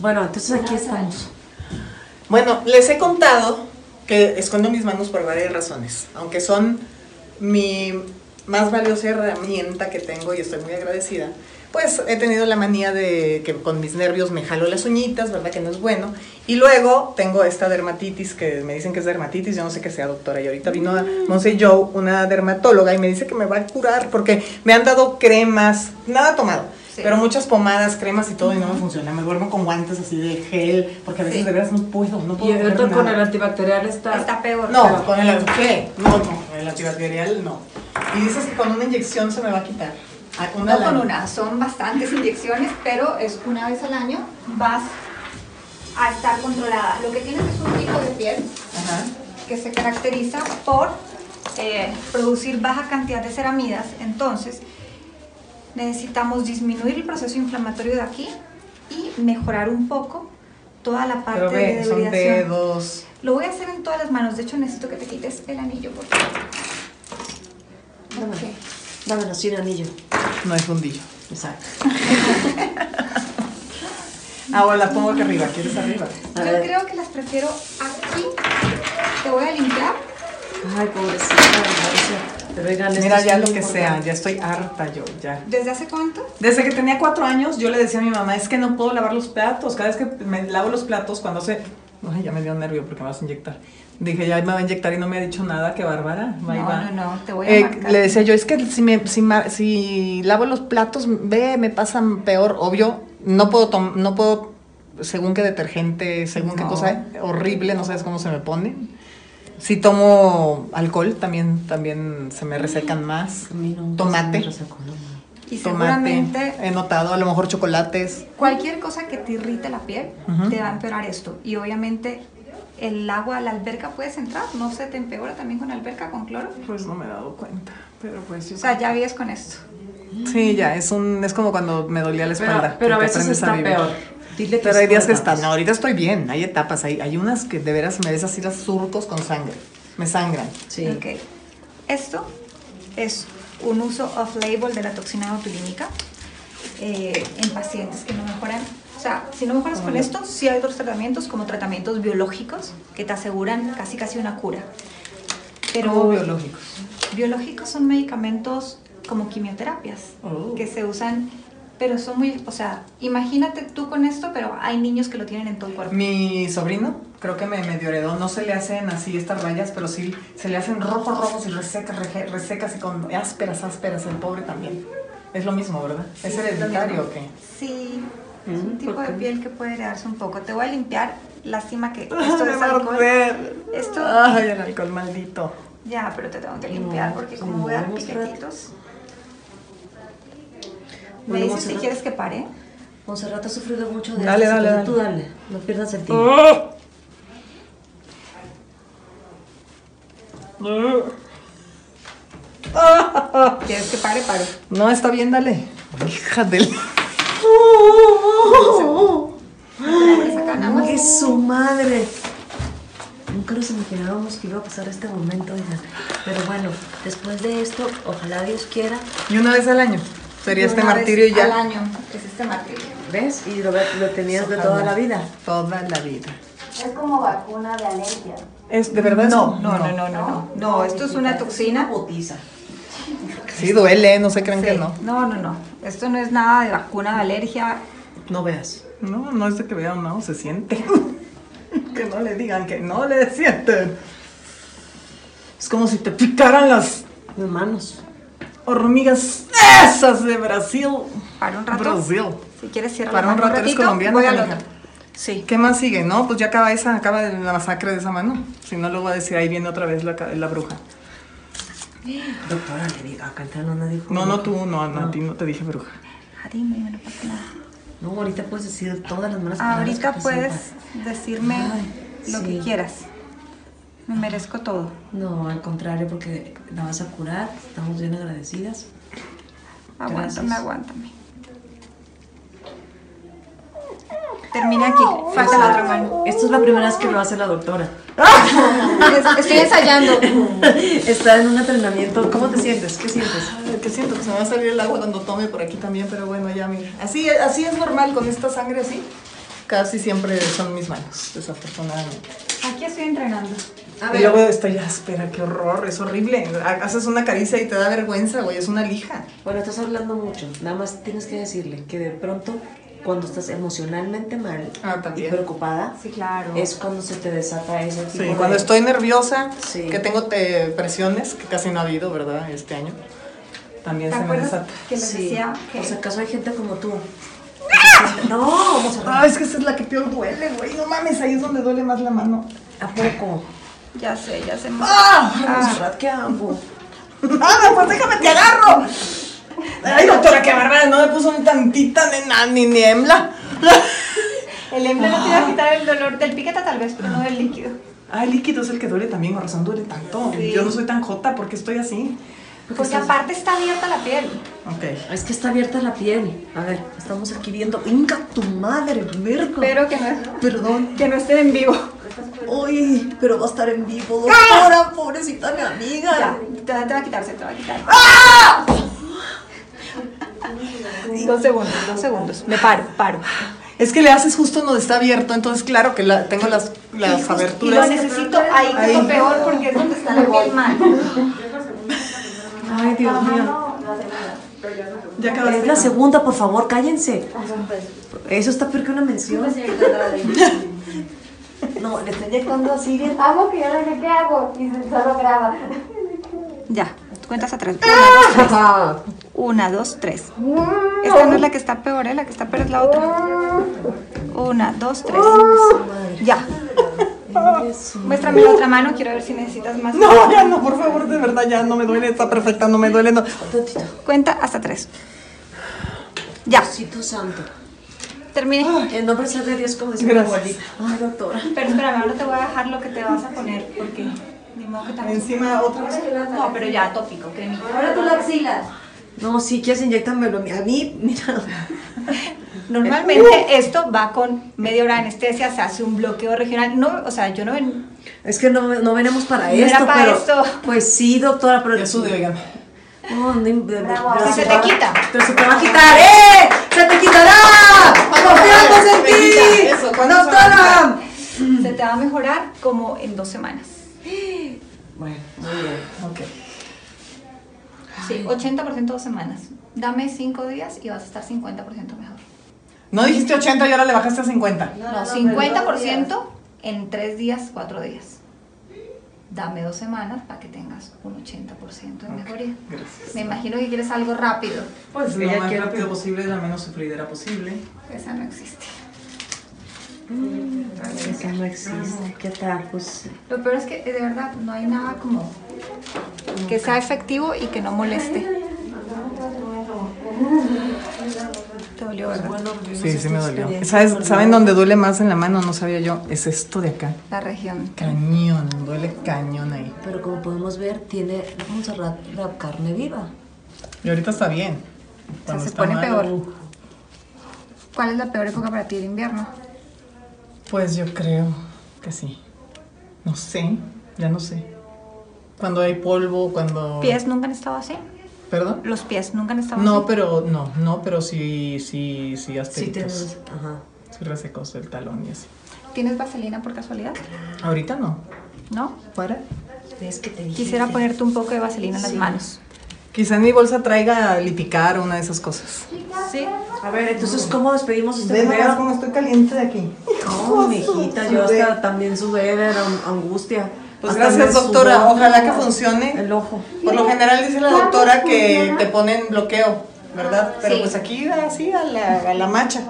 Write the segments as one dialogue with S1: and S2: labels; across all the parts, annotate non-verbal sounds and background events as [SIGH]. S1: Bueno, entonces aquí estamos.
S2: Bueno, les he contado que escondo mis manos por varias razones, aunque son mi más valiosa herramienta que tengo y estoy muy agradecida. Pues he tenido la manía de que con mis nervios me jalo las uñitas, ¿verdad? Que no es bueno. Y luego tengo esta dermatitis que me dicen que es dermatitis, yo no sé qué sea doctora. Y ahorita vino, no sé yo, una dermatóloga y me dice que me va a curar porque me han dado cremas, nada tomado.
S3: Sí.
S2: Pero muchas pomadas, cremas y todo, y no me funciona. Me duermo con guantes así de gel, porque a veces
S3: Sí.
S2: de veras no puedo, no
S1: Y
S2: puedo. comer
S1: ahorita con
S2: nada.
S1: el antibacterial está.
S3: Está peor.
S2: No, con el ¿qué? No, no, con el antibacterial no. Y dices que con una inyección se me va a quitar. Ah, con una
S3: No con
S2: lana.
S3: una, son bastantes inyecciones, pero es una vez al año vas a estar controlada. Lo que tienes es un tipo de piel
S2: Ajá.
S3: que se caracteriza por eh, producir baja cantidad de ceramidas, entonces necesitamos disminuir el proceso inflamatorio de aquí y mejorar un poco toda la parte
S2: Pero
S3: de
S2: ve, son
S3: debridación.
S2: dedos.
S3: Lo voy a hacer en todas las manos, de hecho necesito que te quites el anillo, por favor. Ok.
S1: Dámelo sin anillo.
S2: No es fundillo.
S1: Exacto.
S2: Ahora Ah, la pongo acá arriba. ¿Quieres arriba?
S1: A
S3: Yo
S1: ver.
S3: creo que las prefiero aquí. Te voy a limpiar.
S1: Ay, pobrecita, me parece. Pero oigan, esto
S2: Mira
S1: es
S2: ya
S1: muy
S2: lo que sea,
S1: importante.
S2: ya estoy harta yo, ya.
S3: ¿Desde hace cuánto?
S2: Desde que tenía cuatro años yo le decía a mi mamá, es que no puedo lavar los platos. Cada vez que me lavo los platos, cuando hace... Ay, ya me dio un nervio porque me vas a inyectar. Dije, ya me va a inyectar y no me ha dicho nada, qué bárbara. Va y
S3: no,
S2: va.
S3: no, no, te voy a
S2: Eh,
S3: marcar.
S2: le decía yo, es que si, me, si, ma- si lavo los platos, ve, me pasan peor, obvio, no puedo, tom- no puedo, según qué detergente, según qué
S3: No.
S2: cosa horrible, no sabes cómo se me pone. Si tomo alcohol, también, también se me resecan más.
S1: A mí no,
S2: Tomate.
S1: se me resacó, no, no.
S3: Y
S2: Tomate,
S3: seguramente
S2: he notado, a lo mejor chocolates.
S3: cualquier cosa que te irrite la piel
S2: Ujú.
S3: te va a empeorar esto. Y obviamente el agua, la alberca puedes entrar, no se te empeora también con alberca, con cloro.
S2: Pues no me he dado cuenta, pero pues yo...
S3: O sea, ya vives con esto.
S2: Sí, ya, es, un, es como cuando me dolía la
S1: Pero,
S2: espalda.
S1: pero a
S2: que te
S1: veces
S2: aprendes a
S1: está
S2: vivir.
S1: peor. Dile que
S2: Pero hay días que están.
S1: están
S2: No, ahorita estoy bien. Hay etapas. Hay, hay unas que de veras me ves así las surcos con sangre. Me sangran.
S1: Sí.
S3: Ok. Esto es un uso off-label de la toxina botulínica eh, en pacientes que no mejoran. O sea, si no mejoras con esto, sí hay otros tratamientos como tratamientos biológicos que te aseguran casi casi una cura. Pero
S2: Como biológicos.
S3: biológicos son medicamentos como quimioterapias
S2: Oh.
S3: que se usan, pero son muy, o sea, imagínate tú con esto, pero hay niños que lo tienen en todo el cuerpo.
S2: Mi sobrino, creo que me medio heredó. No se le hacen así estas rayas, pero sí se le hacen rojos, rojos y resecas, reje- resecas y con ásperas, ásperas. El pobre también. Es lo mismo, ¿verdad? ¿Es
S3: Sí,
S2: hereditario
S3: lo
S2: o qué?
S3: mismo. Sí, es
S1: Mm,
S3: un tipo
S1: ¿por
S3: de
S1: qué?
S3: piel que puede heredarse un poco. Te voy a limpiar,
S2: [LAUGHS]
S3: lástima que esto es
S2: Me va a
S3: alcohol.
S2: arder.
S3: Esto-
S2: Ay, el alcohol maldito.
S3: Ya, pero te tengo que limpiar
S1: No,
S3: porque
S1: sí,
S3: como voy a dar
S1: volvemos,
S3: piquetitos. Me
S1: Bueno,
S3: dices si
S1: Monserrat.
S3: quieres que pare.
S1: Monserrat ha sufrido mucho de
S2: Dale,
S1: esto,
S2: dale,
S1: pero
S2: dale.
S1: Tú dale, no pierdas el tiempo.
S2: Ah. Ah.
S3: ¿Quieres que pare? Paro.
S2: No, está bien, dale. Hija del. ¡Oh!
S3: Te abres acá nada más.
S1: ¡Qué su madre! Nunca nos imaginábamos que iba a pasar este momento, oigan. Pero bueno, después de esto, ojalá Dios quiera,
S2: Y una vez al año. Sería
S3: Y
S2: este
S3: una vez
S2: martirio y
S3: Al
S2: ya.
S3: año es este martirio.
S1: ¿ves? Y lo, lo tenías de
S2: Ojalá.
S1: toda la vida.
S2: Toda la vida.
S4: Es como vacuna de alergia.
S2: ¿Es de verdad?
S3: No, no, no, no, no. No, esto es una toxina.
S1: Botiza.
S2: Sí, duele, ¿eh? no se crean
S3: Sí.
S2: que no.
S3: no, no, no. Esto no es nada de vacuna de alergia.
S1: No veas.
S2: No, no es de que vean, no, se siente. [LAUGHS] que no le digan, que no le sienten. Es como si te picaran las
S1: Hermanos.
S2: hormigas esas de Brasil.
S3: Para un rato.
S2: Brasil.
S3: Si quieres cierra
S2: Para
S3: la
S2: un
S3: mano
S2: rato, eres
S3: ratito,
S2: colombiana,
S3: Voy al
S2: Alejandra.
S3: otro. Sí.
S2: ¿Qué más sigue? No, pues ya acaba esa, acaba la masacre de esa mano. Si no, luego va a decir, ahí viene otra vez la, ca- la bruja.
S1: Doctora, le diga, Cantano no dijo.
S2: No, no, tú, no, no, a ti no te dije bruja.
S3: Ah, dime, no pasa nada. Ah,
S1: No, ahorita puedes decir todas las
S3: pues,
S1: malas palabras
S3: Ahorita
S1: que te
S3: puedes
S1: sepan.
S3: decirme
S1: Ay,
S3: lo
S1: sí.
S3: que quieras. Me merezco todo.
S1: No, al contrario, porque la vas a curar. Estamos bien agradecidas.
S3: Aguántame,
S1: Gracias.
S3: aguántame. Termina aquí. Falta la otra mano.
S1: Esto es la primera vez que lo hace la doctora. [LAUGHS]
S3: Es- Estoy ensayando.
S1: Está en un entrenamiento. ¿Cómo te sientes? ¿Qué sientes?
S2: Ay, Que siento que se me va a salir el agua cuando tome por aquí también, pero bueno, ya mira. Así, así es normal con esta sangre así. Casi siempre son mis manos, desafortunadamente.
S3: Aquí estoy entrenando.
S1: A
S2: Y luego estoy, ya, espera, qué horror, es horrible. Ha- Haces una caricia y te da vergüenza, güey, es una lija.
S1: Bueno, estás hablando mucho. Nada más tienes que decirle que de pronto, cuando estás emocionalmente mal
S2: Ah, también.
S1: y preocupada,
S3: Sí, claro.
S1: es cuando se te desata ese tipo
S2: Sí,
S1: de...
S2: cuando estoy nerviosa,
S1: Sí.
S2: que tengo eh, presiones, que casi no ha habido, ¿verdad? Este año. También
S3: ¿Te
S2: se me
S3: acuerdas
S2: desata.
S3: que les
S1: Sí.
S3: decía que
S1: O sea, acaso hay gente como tú. Que se- No, vamos a
S2: Ah, es que esa es la que peor duele, güey. No mames, ahí es donde duele más la mano.
S1: ¿A poco?
S3: ya sé, ya sé
S2: ¡Ah!
S1: ¿Verdad que amo?
S2: ¡Nada, pues déjame, te agarro! Ay, doctora, qué bárbara, no me puso ni tantita nena, ni niembla.
S3: El emblema te va a quitar el dolor del piquete tal vez, pero no del líquido.
S2: Ah, el líquido es el que duele también, con razón duele tanto.
S3: Sí.
S2: Yo no soy tan jota, porque estoy así?
S3: Porque aparte está abierta la piel.
S2: Ok.
S1: Es que está abierta la piel. A ver, estamos aquí viendo. ¡Inca tu madre, verga!
S3: Pero que no,
S1: Perdón.
S3: que no esté en vivo.
S1: Uy, pero va a estar en vivo,
S3: ¡Ah!
S1: doctora. Pobrecita mi amiga.
S3: Ya, te, te va a quitarse, te va a quitar. ¡Ah! Dos segundos, dos segundos. Me paro, paro.
S2: Es que le haces justo donde está abierto, entonces claro que la, tengo las, las
S3: Y lo
S2: aberturas.
S3: necesito ahí, que es
S2: Ahí.
S3: lo peor porque es donde está la piel mal.
S1: Ay, Dios mío.
S4: No, la segunda.
S2: Ya
S1: Es
S2: acabaste.
S1: la segunda, por favor, cállense.
S4: O sea, pues,
S1: Eso está peor que una mención. [LAUGHS] No, le está inyectando así bien.
S4: Hago que yo no sé qué hago y se- solo graba.
S3: Ya, cuentas a tres. Una, dos, tres. Una, dos, tres. Esta no es la que está peor, ¿eh? La que está peor es la otra. Una, dos, tres. ¡Ah! Ya. Muéstrame la otra mano, quiero ver si necesitas más.
S2: No, ya no, por favor, de verdad, ya no me duele, está perfecta, no me duele, no.
S1: Tantito.
S3: Cuenta hasta tres. Ya,
S1: Diosito santo.
S3: terminé.
S1: En nombre sea de Dios, como dice mi
S2: Gracias.
S1: abuelita. Ay, doctora.
S3: Pero espérame, ahora te voy a dejar lo que te vas a poner porque ni modo que también.
S2: Encima otra vez.
S3: No, pero ya tópico, cremita.
S4: Ahora tú la axila.
S1: No, si quieres inyectamelo. A mí, mira.
S3: Normalmente esto va con media hora de anestesia, se hace un bloqueo regional. No, o sea, yo no ven.
S1: Es que no, no venimos para
S3: No era
S1: esto,
S3: para
S1: pero.
S3: esto.
S1: Pues sí, doctora, pero.
S2: Ya sudé, oigan.
S1: No, no, im- de-
S4: Bravo.
S1: pero
S4: Si
S3: se te
S1: va-
S3: quita.
S1: Pero se te va a quitar, ¡eh! ¡Se te quitará! ¡Confiamos en
S2: Se
S1: ti!
S2: quita, eso, ¿cuándo se va a
S1: ¡Doctora!
S3: Se te va a mejorar como en dos semanas.
S1: Bueno, muy bien.
S2: Ok.
S3: Sí, 80% dos semanas. Dame cinco días y vas a estar 50% mejor.
S2: No dijiste 80 y ahora le bajaste a 50.
S3: No, 50% en tres días, cuatro días. Dame dos semanas para que tengas un 80% de mejoría.
S2: Gracias.
S3: Me imagino que quieres algo rápido.
S2: Pues
S1: Ella
S2: lo más
S1: quiere-
S2: rápido posible, la menos sufridera posible.
S3: Esa no existe.
S1: Eso no existe. ¿Qué tal? Pues.
S3: Lo peor es que de verdad no hay nada como que sea efectivo y que no moleste. Te dolió, ¿verdad?
S1: Bueno, vivimos
S2: Sí, sí
S1: esta
S2: me dolió.
S1: experiencia.
S2: ¿Sabes, ¿Saben dónde duele más en la mano? No sabía yo. Es esto de acá.
S3: La región.
S2: Cañón, duele cañón ahí.
S1: Pero como podemos ver, tiene Montserrat la carne viva.
S2: Y ahorita está bien.
S3: O sea,
S2: Cuando
S3: se
S2: está
S3: pone
S2: mal,
S3: peor. ¿Cuál es la peor época para ti el invierno?
S2: Pues yo creo que sí. No sé, ya no sé. Cuando hay polvo, cuando...
S3: ¿Pies nunca han estado así?
S2: ¿Perdón?
S3: ¿Los pies nunca han estado así?
S2: No, pero no, no, pero sí, sí, sí,
S1: Sí,
S2: asteritos. Sí,
S1: tienes. Ajá.
S2: resecos el talón y así.
S3: ¿Tienes vaselina por casualidad?
S2: Ahorita no.
S3: ¿No?
S2: ¿Fuera?
S1: Es que te dije.
S3: Quisiera ponerte un poco de vaselina en las
S1: Sí.
S3: manos.
S2: Quizá en mi bolsa traiga lipicar o una de esas cosas.
S3: ¿Sí?
S1: A ver, entonces, ¿cómo despedimos este
S2: Ve nomás
S1: video?
S2: cómo estoy caliente de aquí.
S1: No, mijita, yo
S2: Sudé.
S1: hasta también sudé de la angustia.
S2: Pues
S1: Hasta
S2: gracias,
S1: me
S2: doctora.
S1: sudó
S2: Ojalá que funcione.
S1: El ojo.
S2: Por lo general dice la doctora que te ponen bloqueo, ¿verdad? Pero pues aquí así a la, a la macha.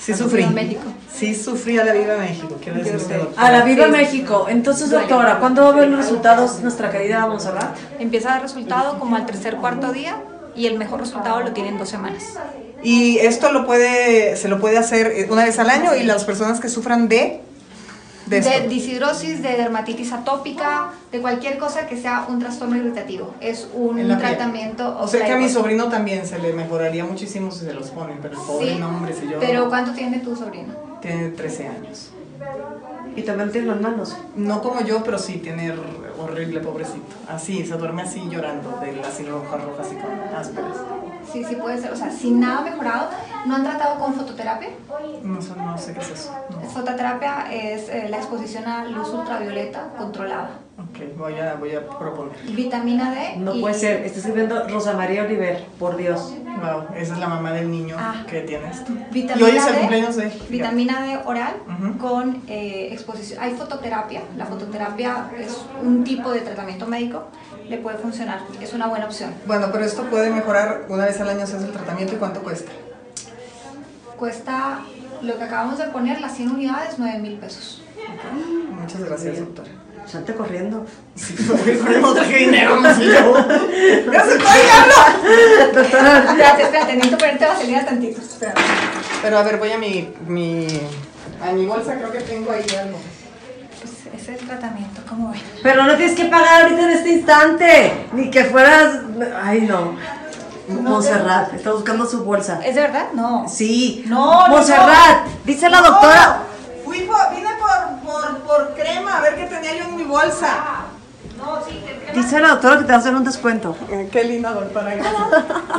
S2: Sí sufrí.
S3: Viva México.
S2: Sí sufrí a la Viva México, quiero decirte, doctora.
S1: A la Viva México. Entonces, doctora, ¿cuándo va a ver los resultados nuestra querida Monserrat?
S3: Empieza a dar resultado como al tercer, cuarto día y el mejor resultado lo tiene en dos semanas.
S2: Y esto lo puede, se lo puede hacer eh, una vez al año y las personas que sufran de De
S3: de,
S2: esto.
S3: disidrosis, de dermatitis atópica, de cualquier cosa que sea un trastorno irritativo. Es un
S2: en la piel.
S3: tratamiento.
S2: O sea que a mi
S3: off-label.
S2: sobrino también se le mejoraría muchísimo si se los ponen, pero el pobre
S3: Sí,
S2: no, hombre, si yo.
S3: Pero ¿cuánto tiene tu sobrino?
S2: Tiene 13 años.
S1: Y también tiene las manos.
S2: No como yo, pero sí tiene r- horrible, pobrecito. Así, se duerme así llorando de las rojas rojas así con ásperas.
S3: Sí, sí puede ser. O sea, sin nada mejorado, ¿no han tratado con fototerapia?
S2: No, sé- no sé qué es eso. No.
S3: Fototerapia es eh, la exposición a luz ultravioleta controlada.
S2: Ok, voy a, voy a proponer.
S3: Vitamina D.
S1: No
S3: y-
S1: puede ser. Está escribiendo Rosa María Oliver, por Dios.
S2: Wow, esa es la mamá del niño
S3: Ah.
S2: que tiene esto.
S3: Vitamina
S2: Y hoy es el
S3: D,
S2: cumpleaños de. fíjate.
S3: Vitamina D oral
S2: Ujú.
S3: con eh, exposición. Hay fototerapia. La fototerapia es un tipo de tratamiento médico. Le puede funcionar. Es una buena opción.
S2: Bueno, pero esto puede mejorar una vez al año se hace el tratamiento y cuánto cuesta.
S3: Cuesta lo que acabamos de poner, las 100 unidades, 9 mil pesos.
S2: Muchas gracias, doctora.
S1: Salte corriendo.
S2: Sí, porque no traje dinero, [LAUGHS] no soy yo. ¡Ya se está llegando!
S3: Espérate, espérate, necesito ponerte vaselina tantito. Espérate.
S2: Pero a ver, voy a mi, mi, a mi bolsa, creo que tengo ahí algo.
S3: Pues ese es el tratamiento, como ven.
S1: Pero no tienes que pagar ahorita en este instante. Ni que fueras. Ay, no. Monserrat, está buscando su bolsa.
S3: ¿Es de verdad? No.
S1: Sí.
S3: No, no,
S1: Monserrat, dice la doctora.
S2: Fui por- vine por, por, por crema, a ver qué tenía yo en mi bolsa.
S1: Dice la doctora que te va a hacer un descuento.
S2: Eh, Qué linda doctora. gracias.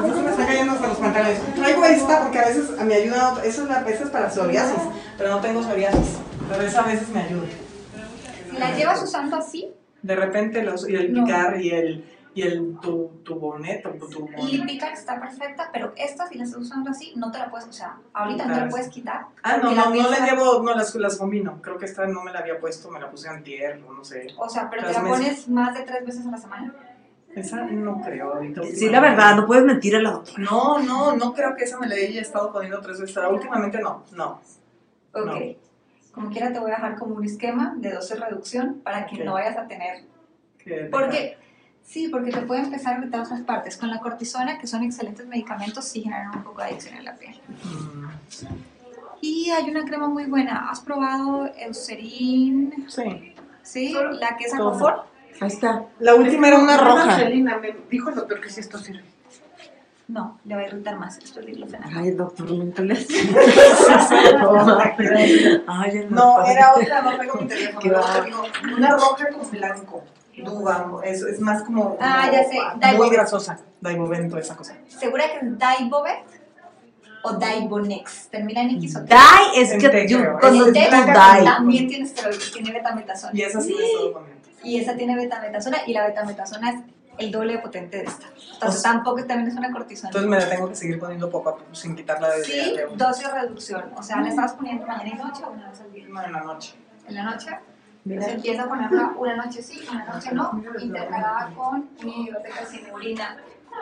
S2: No se me está cayendo hasta los pantalones. Traigo esta porque a veces me ayuda, otra- esa es la esa es para psoriasis, pero no tengo psoriasis. Pero esa a veces me ayuda.
S3: Si la llevas usando así,
S2: De repente los, y el
S3: No.
S2: picar y el, y el tu, tu boneto, tu, tu bonet.
S3: lípica está perfecta, pero esta si la estás usando así, no te la puedes usar. Ahorita no te la
S2: Claro.
S3: puedes quitar.
S2: Ah, no,
S3: porque la
S2: no, no
S3: pieza-
S2: la llevo, no las, las combino. Creo que esta no me la había puesto, me la puse antier, o no sé.
S3: O sea, pero te
S2: Las
S3: la
S2: mesas.
S3: pones más de tres veces a la semana.
S2: Esa no creo ahorita.
S1: Sí, la verdad, no puedes mentir a la doctora.
S2: No, no, no creo que esa me la haya estado poniendo tres veces. Ahora, Últimamente no, no.
S3: Ok. Como quiera te voy a dejar como un esquema de dosis reducción para que
S2: Ok.
S3: no vayas a tener.
S2: que-
S3: Porque, sí, porque te puede empezar a irritar otras partes. Con la cortisona, que son excelentes medicamentos, sí generan un poco de adicción en la piel.
S2: Mm,
S3: Y hay una crema muy buena. ¿Has probado Eucerin?
S2: Sí.
S3: ¿Sí? La que es
S2: Todo.
S3: Aquaphor.
S1: Ahí está.
S2: La última era una roja.
S5: Angelina, me dijo el doctor que si esto
S2: [LAUGHS]
S5: sirve.
S3: No, le va a irritar más. Esto es diclofenac.
S1: Ay, doctor, nunca le Ay, el
S2: No,
S1: doctor.
S2: era otra, no tengo mi teléfono.
S1: Qué
S2: no
S1: va.
S2: tengo. Una roja con blanco. Dubango, es, es más como.
S3: Ah, ya sé,
S2: Muy
S3: Daibovent.
S2: grasosa. Daibovento, esa cosa.
S3: ¿Segura que es Daibovet o Daibonex? Termina en X o T.
S1: Die es que
S2: Ente,
S1: yo
S2: creo.
S1: cuando tú
S3: Este
S1: die.
S3: También tiene esteroides, tiene betametasona.
S2: Y esa sí me la estaba poniendo.
S3: Y esa tiene betametasona y la betametasona es el doble de potente de esta. Entonces
S2: O sea,
S3: tampoco también es una cortisona.
S2: Pues, Entonces me la tengo que seguir poniendo poco a poco sin quitarla de,
S3: Sí,
S2: de- Mm. de-
S3: dosis reducción. O sea, la estabas poniendo mañana y noche o una vez al día.
S2: No, en la noche.
S3: En la noche
S1: Mira.
S3: Se empieza a ponerla una noche sí, una noche no, intercalada con mi calcineurina.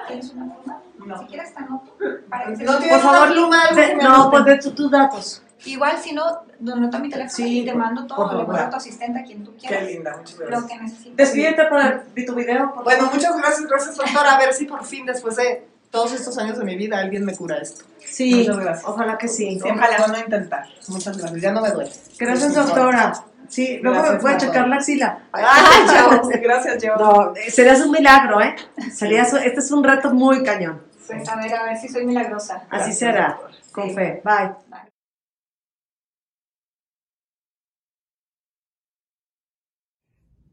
S3: ¿Quieres una pluma?
S2: No.
S3: Si quieres, está no. Para que se-
S2: No
S1: Por
S2: tienes
S1: favor,
S2: una pluma, algo que
S1: ve-
S2: me
S1: no,
S2: anote.
S1: pues ve tú tus datos.
S3: Igual, si no, nota mi teléfono
S1: Sí,
S3: y te mando
S1: por
S3: todo, le mando
S2: favor.
S3: a tu asistente, a quien tú
S2: Qué
S3: quieras,
S2: linda, muchas gracias.
S3: lo que necesites.
S1: Despídete para de tu video. por
S2: Bueno,
S1: favor.
S2: muchas gracias, gracias doctora. A ver si por fin, después de todos estos años de mi vida, alguien me cura esto.
S1: sí,
S2: muchas gracias.
S1: ojalá que sí.
S2: Ojalá. Van a intentar. Muchas gracias. Ya no me duele.
S1: Gracias, doctora. Sí, luego
S2: Gracias,
S1: voy a
S2: doctora.
S1: checar la axila.
S2: Ay, [LAUGHS] chao. Gracias, yo.
S1: No, eh, serías un milagro, ¿eh? Serías un- este es un reto muy cañón.
S3: Pues a ver, a ver si soy milagrosa.
S1: Así
S2: Gracias,
S1: será,
S2: doctora.
S1: con
S3: Sí.
S1: fe. Bye.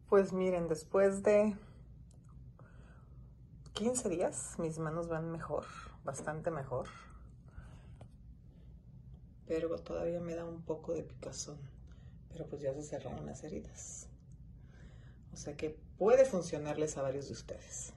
S2: Pues miren, después de 15 días mis manos van mejor, bastante mejor. Pero todavía me da un poco de picazón. Pero pues ya se cerraron las heridas. O sea que puede funcionarles a varios de ustedes.